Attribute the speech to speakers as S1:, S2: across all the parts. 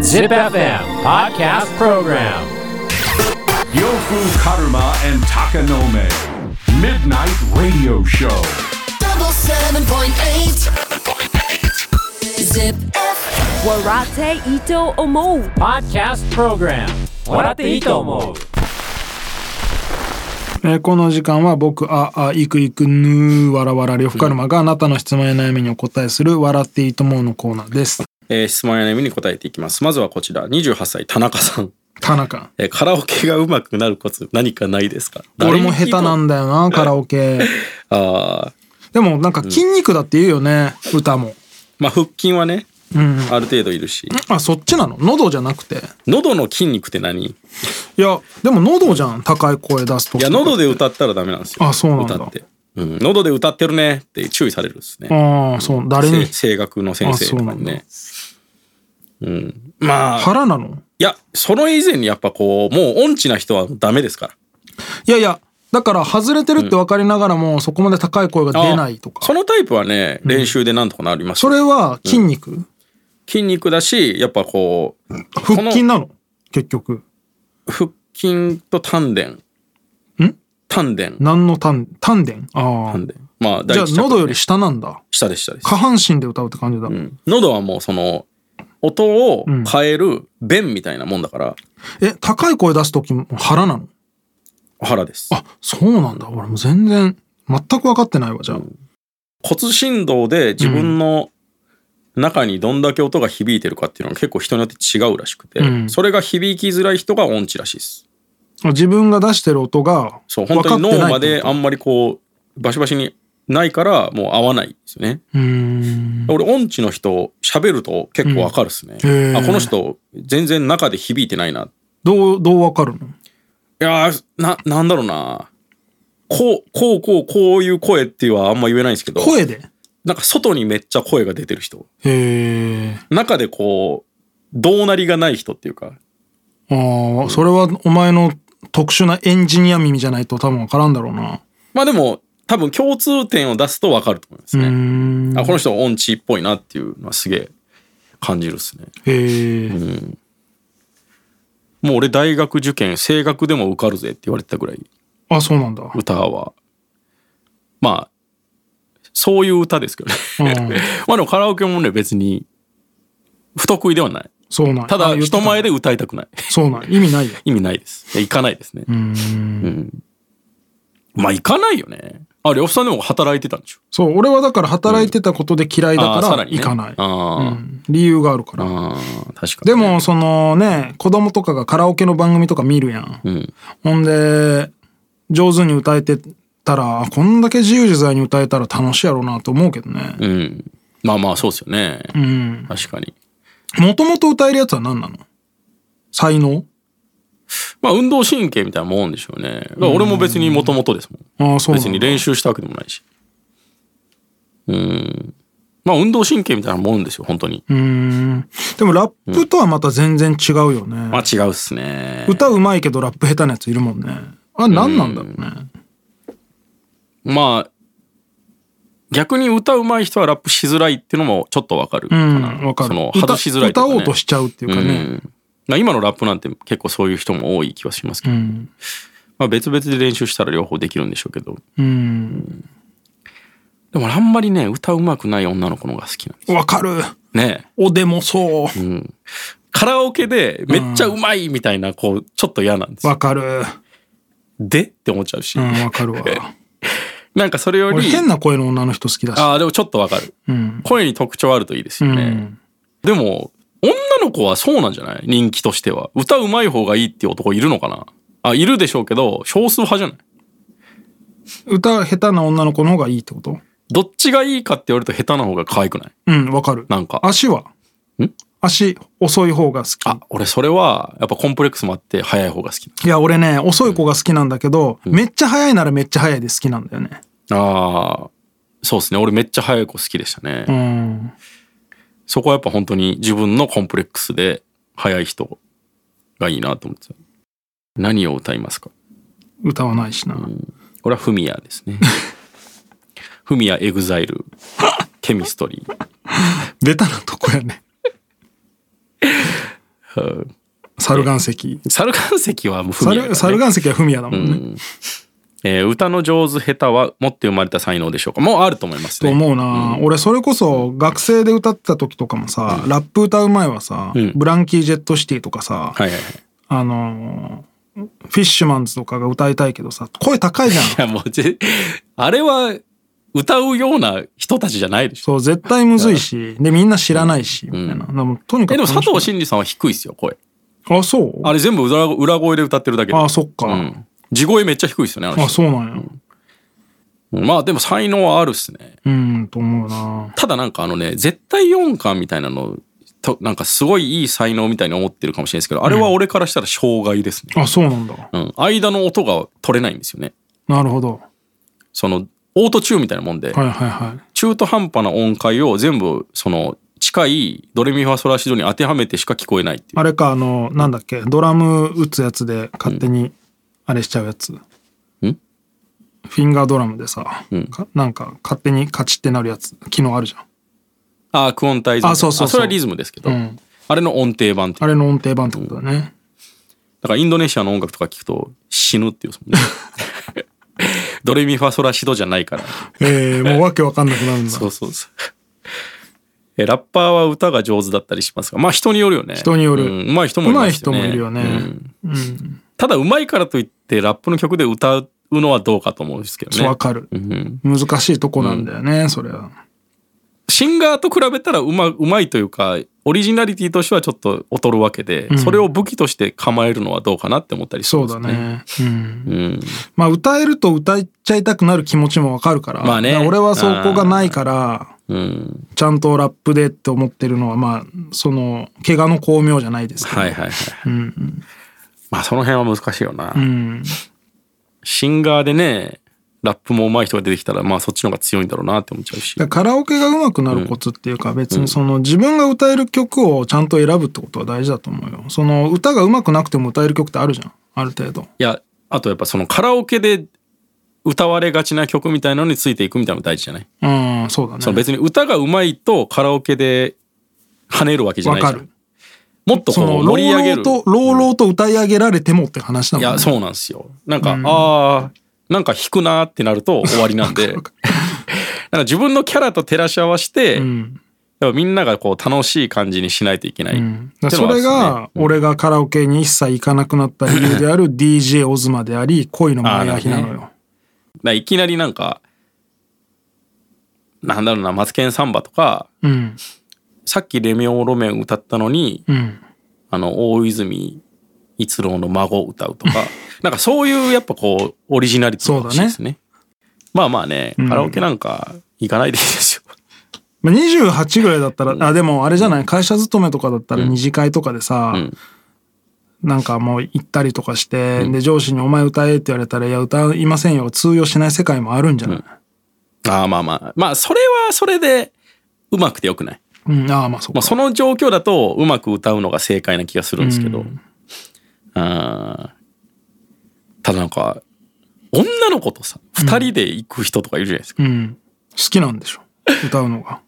S1: Zip FM Podcast Program
S2: Yofu Karuma and Takanome. Midnight Radio Show.
S3: double seven point eight. Zip.
S4: Warate Ito Omo.
S1: Podcast Program 笑っていいと思う
S5: えーこの時間は僕、あ、あ、いくいくぬー、わらわら、呂布カルマがあなたの質問や悩みにお答えする、笑っていいと思うのコーナーです。
S6: えー質問や悩みに答えていきます。まずはこちら、28歳、田中さん。
S5: 田中。
S6: えーカラオケが上手くなるコツ、何かないですか
S5: 俺も下手なんだよな、カラオケ。
S6: ああ、
S5: でもなんか筋肉だって言うよね、歌も。
S6: まあ腹筋はね、
S5: うん。
S6: ある程度いるし。
S5: あ、そっちなの喉じゃなくて。
S6: 喉の筋肉って何い
S5: いや、でも喉じゃん、高い声出すとき
S6: や、喉で歌ったらダメなんですよ。
S5: あそうなんだ
S6: 歌って。うん、喉で歌ってるねって注意されるんですね。
S5: ああ、そう、誰に
S6: せ声楽の先生とかにね。うん。まあ、
S5: 腹なの
S6: いや、その以前にやっぱこう、もう音痴な人はダメですから。
S5: いやいや、だから外れてるって分かりながらも、そこまで高い声が出ないと
S6: あそ
S5: か。
S6: のタイプはね、練習でなんとかなります
S5: それは筋肉、
S6: 筋肉だし、やっぱこう、こ
S5: 腹
S6: の
S5: 筋なの結局。
S6: 腹筋と丹田。ん丹田。
S5: 何の丹丹田あ
S6: 丹田。まあ、
S5: あ。じゃあ
S6: 第一着
S5: 喉より
S6: ね
S5: 下なんだ。
S6: 下でしたです。
S5: 下半身で歌うって感じだ。
S6: うん喉はもうその、音を変える弁みたいなもんだから、
S5: え、高い声出す時も腹なの
S6: 腹です。
S5: あ、そうなんだ。俺もう全然、全く分かってないわ、じゃあ。
S6: 骨振動で自分の中にどんだけ音が響いてるかっていうのは結構人によって違うらしくて、
S5: うん
S6: それが響きづらい人が音痴らしいです。
S5: 自分が出してる音が
S6: そう、
S5: 分か
S6: 本当
S5: っ
S6: に
S5: てないってこと。
S6: 脳まであんまりこう、バシバシにないから、もう合わないですよね。
S5: うーん。
S6: 俺音痴の人喋ると結構わかるっすね、
S5: うんへー
S6: あこの人全然中で響いてないない
S5: どう、どう分かるの
S6: やーななんだろうなこうこうこうこういう声っていうのはあんま言えないんですけど
S5: 声で。
S6: なんか外にめっちゃ声が出てる人
S5: へえ。
S6: 中でこうどうなりがない人っていうか
S5: ああ、それはお前の特殊なエンジニア耳じゃないと多分分からんだろうな。
S6: まあでも多分共通点を出すとわかると思います
S5: うー
S6: ね、
S5: ん。
S6: あこの人音痴っぽいなっていうのはすげえ感じるっすね
S5: へえ。
S6: もう俺大学受験声楽でも受かるぜって言われてたぐらい
S5: あ、そうなんだ。う
S6: 歌はまあそういう歌ですけどね
S5: ん。
S6: まあでもカラオケもね別に不得意ではない
S5: そうなんや
S6: た
S5: あ
S6: だ
S5: 言って
S6: 人前
S5: で。
S6: で歌いたくない
S5: そうなんや意味ないよ。
S6: 意味ないですいや行かないですね、
S5: うん。
S6: まあ行かないよねあ呂布さんでも働いてたんでしょ
S5: そう、俺はだから働いてたことで嫌いだ
S6: あー
S5: か
S6: さ
S5: ら
S6: らに、ね、
S5: 行かない。
S6: あ
S5: う
S6: ー、
S5: ん理由があるから。
S6: あー確か
S5: で
S6: にね、
S5: も、そのね、子供とかがカラオケの番組とか見るやん。
S6: うん
S5: ほんで、上手に歌えてたら、こんだけ自由自在に歌えたら楽しいやろうなと思うけどね。
S6: うんまあまあそうですよね、
S5: うん。
S6: 確かに
S5: もともと歌えるやつは何なの才能
S6: まあ運動神経みたいなもんでしょうねだから俺も別にもともとですもん
S5: ああ、そうな
S6: 別
S5: ん
S6: に
S5: だ。
S6: 練習したわけでもないし。うん。まあ、運動神経みたいなもんですよ、本当に。
S5: うん。でもラップとはまた全然違うよね。
S6: まあ、違うっすね。
S5: 歌うまいけどラップ下手なやついるもんね。あれ何なんだろうね。
S6: まあ、逆に歌うまい人はラップしづらいっていうのもちょっとわかるか
S5: う
S6: な。
S5: ん、わかる。
S6: その、
S5: 歌
S6: 外しづらい
S5: 歌おうと
S6: し
S5: しちゃうっていうかね。
S6: まあ、今のラップなんて結構そういう人も多い気はしますけど、
S5: ん
S6: まあ、別々で練習したら両方できるんでしょうけど
S5: うん。
S6: でも俺あんまりね歌うまくない女の子の方が好きなんです
S5: わかる。
S6: ねえ
S5: おでもそ
S6: カラオケでめっちゃうまいみたいなこうちょっと嫌なんです
S5: う。
S6: よ
S5: わかる。
S6: でって思っちゃうし、
S5: うん、わかるわ。
S6: なんかそれよ
S5: 俺
S6: り、
S5: 変な声の女の人好きだし。
S6: ああ、でもちょっとわかる。
S5: うん。
S6: 声に特徴あるといいですよ
S5: う
S6: ね。
S5: ん。
S6: でも、女の子はそうなんじゃない人気としては。歌うまい方がいいっていう男いるのかなあ、いるでしょうけど、少数派じゃない
S5: 歌下手な女の子の方がいいってこと
S6: どっちがいいかって言われると下手な方が可愛くない
S5: うん、わかる。
S6: なんか。
S5: 足は
S6: ん
S5: 足、遅い方が好き。
S6: あ、俺それは、やっぱコンプレックスもあって、早い方が好き
S5: いや、俺ね、遅い子が好きなんだけど、めっちゃ早いならめっちゃ早いで好きなんだよね。
S6: ああ、そうですね。俺めっちゃ早い子好きでしたね。
S5: うん。
S6: そこはやっぱ本当に自分のコンプレックスで、早い人がいいなと思ってた。何を歌いますか
S5: 歌わないしな。
S6: これはフミヤですね。 フミヤエグザイル、ケミストリー。
S5: ベタなとこやね。
S6: うん
S5: 猿岩石。
S6: 猿岩石はもう不明だから
S5: 猿猿
S6: ね
S5: 岩石はフミヤだもんね。
S6: えー歌の上手下手は持って生まれた才能でしょうかもうあると思います
S5: と
S6: ね
S5: 思うな、俺それこそ学生で歌ってた時とかもさ、ラップ歌う前はさ、
S6: ん
S5: ブランキー・ジェット・シティとかさ、
S6: はいはいはい
S5: あのーフィッシュマンズとかが歌いたいけどさ声高 いじゃん
S6: いやもうぜあれは歌うような人たちじゃないでしょ
S5: そう絶対むずいしでみんな知らないしみたいな、
S6: うん
S5: だからもうとにか
S6: え
S5: く
S6: でも佐藤真理さんは低いですよ声
S5: あそう
S6: あれ全部裏裏声で歌ってるだけで
S5: あそっか、
S6: うん地声めっちゃ低いですよねあの人
S5: あそうなんや
S6: うんまあでも才能はあるっすね
S5: うんと思うな
S6: ただなんかあのね絶対音感みたいなのとなんかすごいいい才能みたいに思ってるかもしれないですけどあれは俺からしたら障害ですね、
S5: あそうなんだ
S6: うん、間の音が取れないんですよね
S5: なるほど
S6: そのオートチューンみたいなもんで、
S5: はいはいはい
S6: 中途半端な音階を全部その近いドレミファソラシドに当てはめてしか聞こえないっていう
S5: あれかあのなんだっけドラム打つやつで勝手にあれしちゃうやつ、フィンガードラムでさ、かなんか勝手にカチってなるやつ機能あるじゃ
S6: ああクオンタイズみたいな
S5: あそうそうそう
S6: それはリズムですけど、
S5: うん
S6: あれの音程版っ
S5: ん
S6: てい
S5: あ
S6: う
S5: れの音程版ってことだね、
S6: だからインドネシアの音楽とか聞くと死ぬっていうそのね ドレミファソラシドじゃないから
S5: えー、もうわけわかんなくなるんだ
S6: そうそうそう。えラッパーは歌が上手だったりしますがまあ人によるよね
S5: 人による
S6: うん、上手い人もい
S5: 上
S6: ま
S5: 手い
S6: すよ
S5: 人
S6: ね
S5: もいるよね、
S6: うん
S5: うん
S6: ただ上手いからといってラップの曲で歌うのはどうかと思うんですけど
S5: そう
S6: ね
S5: わかる
S6: うん、
S5: 難しいとこなんだよね、それは
S6: シンガーと比べたらうまうまいというかオリジナリティとしてはちょっと劣るわけで、それを武器として構えるのはどうかなって思ったりし
S5: そ
S6: ま
S5: う
S6: す
S5: だ
S6: ね
S5: ねうん
S6: うん、
S5: まあ歌えると歌っちゃいたくなる気持ちもわかるから,、
S6: まあね
S5: 俺はそこがないから
S6: うん、
S5: ちゃんとラップでって思ってるのはまあその怪我の巧妙じゃないですけど
S6: はいはいはい、まあその辺は難しいよな、
S5: うん
S6: シンガーでねラップも上手い人が出てきたらまあそっちの方が強いんだろうなって思っちゃうし
S5: だからカラオケが上手くなるコツっていうか別にその自分が歌える曲をちゃんと選ぶってことは大事だと思うよその歌が上手くなくても歌える曲ってあるじゃんある程度
S6: いや、あとやっぱそのカラオケで歌われがちな曲みたいなのについていくみたいなの大事じゃない、
S5: うんそうだね
S6: その別に歌がうまいとカラオケで跳ねるわけじゃないじゃ
S5: わか
S6: ん
S5: る。
S6: もっと
S5: そ
S6: こ
S5: の
S6: う
S5: 朗
S6: 盛り上げる
S5: 々。と朗々と歌い上げられてもって話だ
S6: い
S5: もんね
S6: や、そうなんですよ。なんか、あー、なんか弾くなーってなると終わりな んで。なんか自分のキャラと照らし合わせて、
S5: ん
S6: やっぱみんながこう楽しい感じにしないといけない。
S5: うんだからそれが俺がカラオケに一切行かなくなった理由である DJ オズマであり恋のマイアヒなのよ。
S6: だからいきなりなんか、なんだろうな、マツケンサンバとか、
S5: うん
S6: さっきレミオロメン歌ったのに、
S5: うん
S6: あの、大泉逸郎の孫を歌う とか、なんかそういうやっぱこう、オリジナリティが欲しいですね。まあまあね、カラオケなんか行かないでいいですよ。
S5: まあ28ぐらいだったら、あでもあれじゃない会社勤めとかだったら二次会とかでさ、
S6: ん
S5: なんかもう行ったりとかして、で上司に「お前歌え」って言われたら「いや歌いませんよ」通用しない世界もあるんじゃない、
S6: ああまあまあ。まあそれはそれで、うまくてよくない。
S5: うんああまあそっか
S6: まあ、その状況だと、うまく歌うのが正解な気がするんですけど。あーただなんか、女の子とさ、二人で行く人とかいるじゃないですか。
S5: うん、好きなんでしょ歌うのが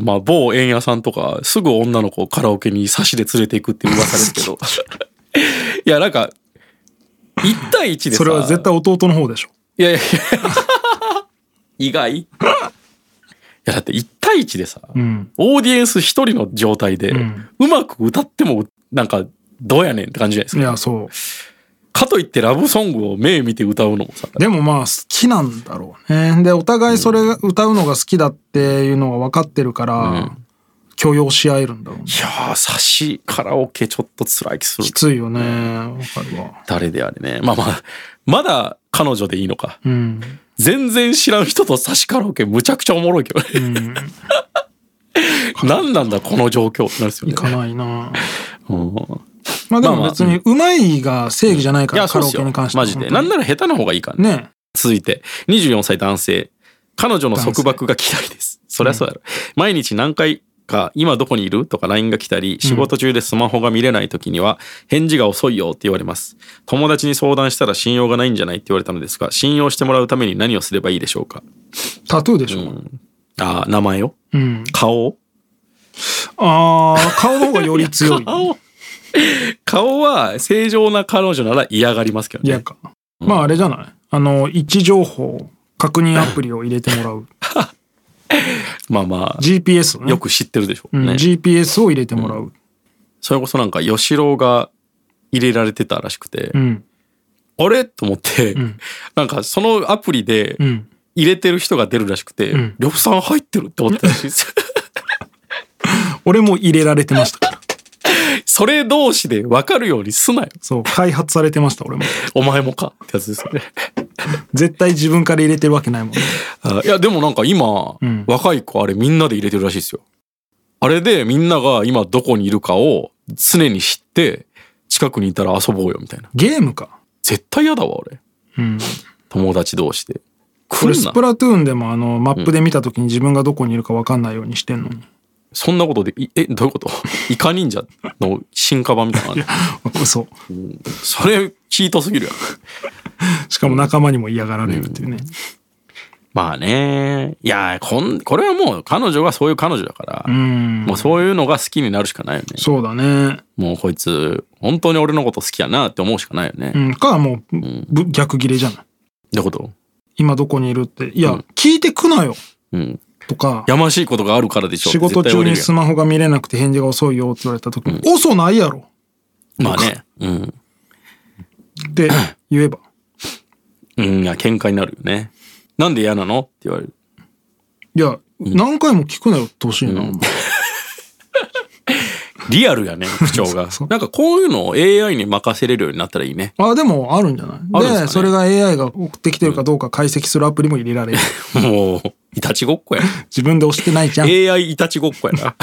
S6: まあ、某縁屋さんとか、すぐ女の子をカラオケに差しで連れていくっていう噂です けど。いや、なんか、1対1でさ。
S5: それは絶対弟の方でしょ
S6: いやいやいや意外いや、だって1対1でさ、
S5: うん
S6: オーディエンス1人の状態で、うんまく歌っても、なんか、どうやねんって感じじゃないです
S5: い
S6: か。
S5: やそう
S6: かといってラブソングを目見て歌うのもさ、
S5: でもまあ好きなんだろうね。でお互いそれが歌うのが好きだっていうのが分かってるから、許容し合えるんだろうね。
S6: いやー、差しカラオケちょっと辛い気する
S5: き。ついよね。わかるわ。
S6: 誰であれね。まあまあ、まだ彼女でいいのか。
S5: うん。
S6: 全然知らん人と差しカラオケむちゃくちゃおもろいけどね。 何なんだこの状況ってなるんですよ
S5: い
S6: ね。
S5: かないな。
S6: うん
S5: まあで
S6: まあま
S5: も
S6: あ
S5: 別にうまいが正義じゃない
S6: い
S5: から、
S6: や、そ
S5: カ
S6: う
S5: ラ
S6: で
S5: オ
S6: す
S5: ケ
S6: よ。
S5: に関して
S6: マ
S5: は
S6: ジで。なんなら下手な方がいいからね。
S5: ね
S6: 続いて、24歳男性。彼女の束縛が嫌いです。そりゃそうやろ。毎日何回か、今どこにいるとか LINE が来たり、仕事中でスマホが見れない時には、返事が遅いよって言われます。友達に相談したら信用がないんじゃないって言われたのですが、信用してもらうために何をすればいいでしょうか
S5: タトゥーでしょ。
S6: ああ、名前を
S5: うん。
S6: 顔を
S5: ああ、顔の方がより強い。
S6: 顔顔は正常な彼女なら嫌がりますけど
S5: 嫌
S6: ね。
S5: か。まああれじゃないあの、位置情報確認アプリを入れてもら う。
S6: まあまあ、
S5: GPS をね。
S6: よく知ってるでしょう
S5: うん
S6: ね。
S5: GPS を入れてもらう。
S6: それこそなんか、吉郎が入れられてたらしくて、
S5: うん。
S6: あれと思って、
S5: ん
S6: なんかそのアプリで
S5: うん。
S6: 入れてる人が出るらしくて、
S5: うん
S6: 呂布さん入ってるって思ってたらしいです。
S5: 俺も入れられてましたから。
S6: それ同士で分かるようにすなよ。
S5: そう、開発されてました、俺も。
S6: お前もかってやつ ですよね。
S5: 絶対自分から入れてるわけないもんね。
S6: あいや、でもなんか今、
S5: うん
S6: 若い子あれみんなで入れてるらしいですよ。あれでみんなが今どこにいるかを常に知って、近くにいたら遊ぼうよみたいな。
S5: ゲームか。
S6: 絶対嫌だわ、俺。
S5: うん。
S6: 友達同士で。来
S5: これ
S6: る
S5: ス
S6: な
S5: プ。ラトゥーンでもあの、マップで見た時に自分がどこにいるか分かんないようにしてんのに。
S6: そんなことで、い え、どういうことイカ忍者の進化版みたいなのある。
S5: 嘘。
S6: それ、チートすぎるやん。
S5: しかも仲間にも嫌がられるっていうね。
S6: まあね。いや、こん、これはもう彼女がそういう彼女だから、
S5: うん。
S6: もうそういうのが好きになるしかないよね。
S5: そうだね。
S6: もうこいつ、本当に俺のこと好きやなって思うしかないよね。
S5: う
S6: っ
S5: ん。か、もう、ぶ逆切れじゃない。
S6: てこと
S5: 今どこにいるって。いや、
S6: うん
S5: 聞いてくなよ
S6: うん。
S5: とか、
S6: やましいことがあるからでしょ
S5: 仕事中にス
S6: ま
S5: マホが見れなくて返事が遅いよって言われた時に、遅ないやろ
S6: まあね。うん。
S5: って言えば。
S6: うん、いや、喧嘩になるよね。なんで嫌なのって言われる。
S5: いや、何回も聞くなよってほしいな。
S6: リアル やね、口調が。なんかこういうのを AI に任せれるようになったらいいね。
S5: あ、でもあるんじゃない
S6: あるん
S5: で、
S6: ですかね
S5: それが AI が送ってきてるかどうか解析するアプリも入れられる。
S6: もう、いたちごっこや。
S5: 自分で押してないじゃん。
S6: AI いたちごっこや な。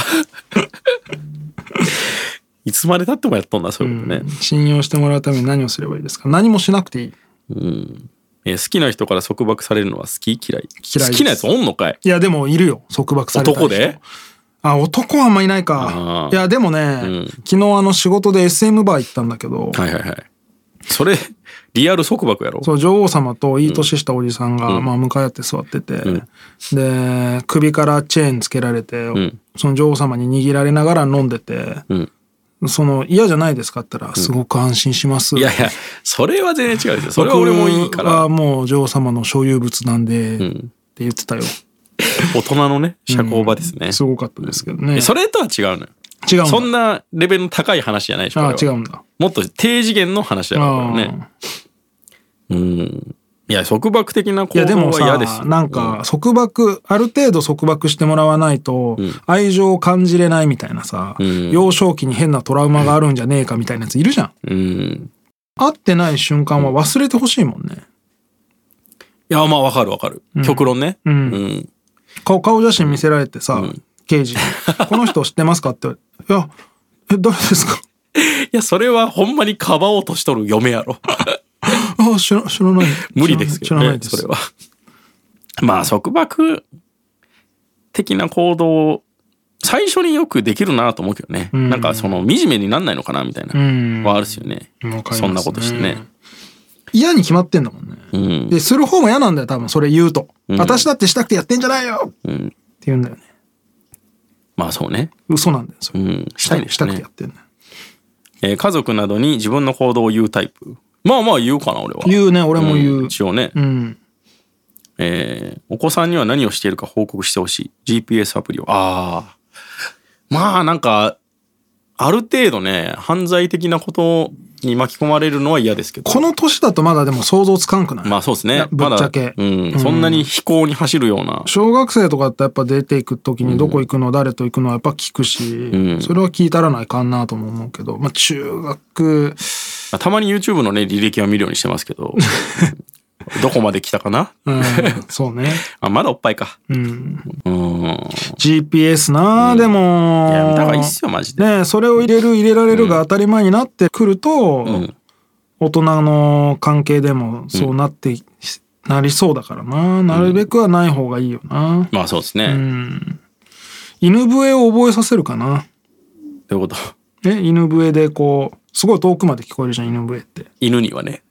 S6: いつまでたってもやっとんな、そういうことね。
S5: 信用してもらうために何をすればいいですか何もしなくていい。
S6: えー好きな人から束縛されるのは好き嫌
S5: 嫌い
S6: い
S5: です
S6: 好きなやつおんのかい
S5: いや、でもいるよ。束縛された人
S6: 男で
S5: あ、男はあんまいない
S6: あ
S5: か。
S6: ー
S5: いや、でもね、
S6: ん
S5: 昨日あの仕事で SM バー行ったんだけど、
S6: はいはいはい。それ、リアル束縛やろ
S5: そう、女王様といい年したおじさんが、まあ、向かい合って座ってて、で、首からチェーンつけられて、
S6: ん
S5: その女王様に握られながら飲んでて、
S6: うん
S5: その、嫌じゃないですかって言ったら、すごく安心します。
S6: いやいや、それは全然違うですよ。それは俺もいい
S5: 僕
S6: から
S5: は。もう女王様の所有物なんで、って
S6: ん
S5: 言ってたよ。
S6: 大人のね、社交場ですね。
S5: すごかったですけどね。
S6: えそれとは違うのよ。
S5: 違うんだ
S6: そんなレベルの高い話じゃないでしょ。
S5: ああ
S6: こ
S5: 違
S6: れは
S5: うんだ。
S6: もっと低次元の話だからね。うん。いや、束縛的な行
S5: いやで
S6: 動
S5: も
S6: は
S5: さ
S6: 嫌ですよ。
S5: なんか束縛ある程度束縛してもらわないと愛情を感じれないみたいなさ、
S6: ん
S5: 幼少期に変なトラウマがあるんじゃねえかみたいなやついるじゃん。
S6: うん。うん。
S5: 会ってない瞬間は忘れてほしいもんね。
S6: いや、まあわかるわかる。極論ね。
S5: うん
S6: うん。
S5: 顔顔写真見せられてさ、刑事に「この人知ってますか?」って言われて「いやえ誰ですか?
S6: いや、それはほんまにかばおうとしとる 嫁やろ。
S5: あ」知ら知らない
S6: 無理ですけど
S5: 知らな
S6: ね
S5: い、です
S6: それは。 まあ、束縛的な行動を最初によくできるなと思うけどね。なんか、その、惨めになんないのかなみたいな、
S5: ん
S6: はあるっすよね。
S5: わかりますね
S6: そんなことしてね。
S5: 嫌に決まってんだもんね。
S6: うん。
S5: でする方も嫌なんだよ多分それ言うと、私だってしたくてやってんじゃないよ、
S6: ん
S5: って言うんだよね
S6: まあ、そうね。
S5: 嘘なんだよそれ、
S6: うん。したいで
S5: し
S6: す
S5: たくて
S6: ね
S5: やっ。てんだよ
S6: えー家族などに自分の行動を言うタイプ。まあまあ言うかな、俺は。
S5: 言うね俺も言う、
S6: ん一応ね。
S5: うん
S6: えーお子さんには何をしているか報告してほしい。GPS アプリを。ああ。まあなんか、ある程度ね、犯罪的なことに巻き込まれるのは嫌ですけど。
S5: この年だとまだでも想像つかんくない、
S6: まあそうで
S5: い
S6: すね
S5: や。ぶっちゃけ
S6: まだ、うん、そんなに非行に走るような。
S5: 小学生とかだってやっぱ出ていく時にどこ行くの、誰と行くのはやっぱ聞くし、
S6: ん
S5: それは聞いたらないかんなとも思うけどまあ中学
S6: たまに YouTube のね、履歴は見るようにしてます けど。どこまで来たかな
S5: うん そうね、
S6: あ、まだおっぱいか。
S5: うん、
S6: うん。い
S5: GPS なあ、でも
S6: や、見た方がいいっすよ、マジで。
S5: ねえそれを入れる入れられるが当たり前になってくると、
S6: ん
S5: 大人の関係でもそうなって、なりそうだからななるべくはない方がいいよな、
S6: まあそうですね。
S5: 犬笛を覚えさせるかな
S6: ということ。
S5: え犬笛でこうすごい遠くまで聞こえるじゃん犬笛って
S6: 犬にはね。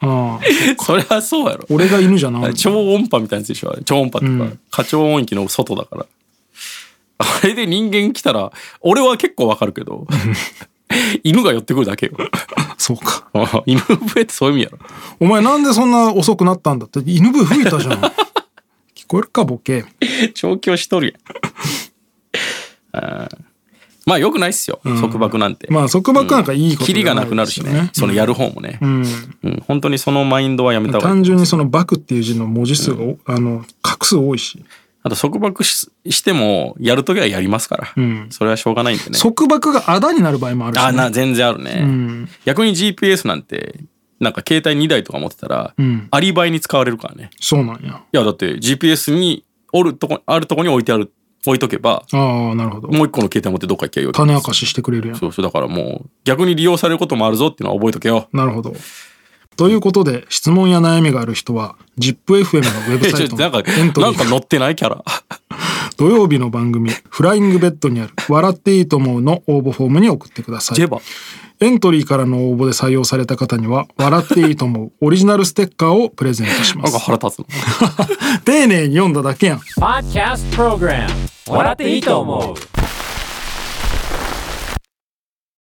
S5: ああ
S6: それはそうやろ。
S5: 俺が犬じゃな
S6: あれ
S5: い
S6: 超音波みたいなやつでしょあれ超音波とか、
S5: うん
S6: 過超音域の外だからあれで人間来たら俺は結構わかる けど犬が寄ってくるだけよ
S5: そうか
S6: あ犬笛ってそういう意味やろ
S5: お前なんでそんな遅くなったんだって犬笛吹いたじゃん 聞こえるかボケ
S6: 調教しとる やんあーまあよくないっすよ、束縛なんて
S5: まあ束縛なんかいいこと
S6: キ
S5: じ
S6: リ
S5: ゃ
S6: が
S5: ない
S6: なくなるしね、そのやる方もね、うん本当にそのマインドはやめた方がいい
S5: 単純にその「バク」っていう字の文字数が、あの画数多いし
S6: あと束縛ししてもやるときはやりますから、
S5: ん
S6: それはしょうがないんでね
S5: 束縛があだになる場合もあるし、ね、
S6: あな全然あるね、
S5: ん
S6: 逆に GPS なんてなんか携帯2台とか持ってたら、
S5: ん
S6: アリバイに使われるからね
S5: そうなんや
S6: いやだって GPS におるとこあるとこに置いてある置いとけば
S5: ああなるほど
S6: もう一個の携帯持ってどっか行きゃいいわけ
S5: 種明かししてくれるやん
S6: そうそうだからもう逆に利用されることもあるぞっていうのは覚えとけよ
S5: なるほどということで質問や悩みがある人は ZIPFM のウェブ
S6: え
S5: サ
S6: ち
S5: イ
S6: ょ
S5: ト
S6: なん
S5: の
S6: か
S5: エントリ
S6: なん
S5: ー
S6: か
S5: か
S6: 乗ってないキャラ
S5: 土曜日の番組「フライングベッドにある笑っていいと思う」の応募フォームに送ってください
S6: ジェバ
S5: エントリーからの応募で採用された方には「笑っていいと思う」オリジナルステッカーをプレゼントしま
S6: なんか
S5: す
S6: 腹立つの
S5: 丁寧に読んだだけやん
S1: Podcast Program 笑っていいと思う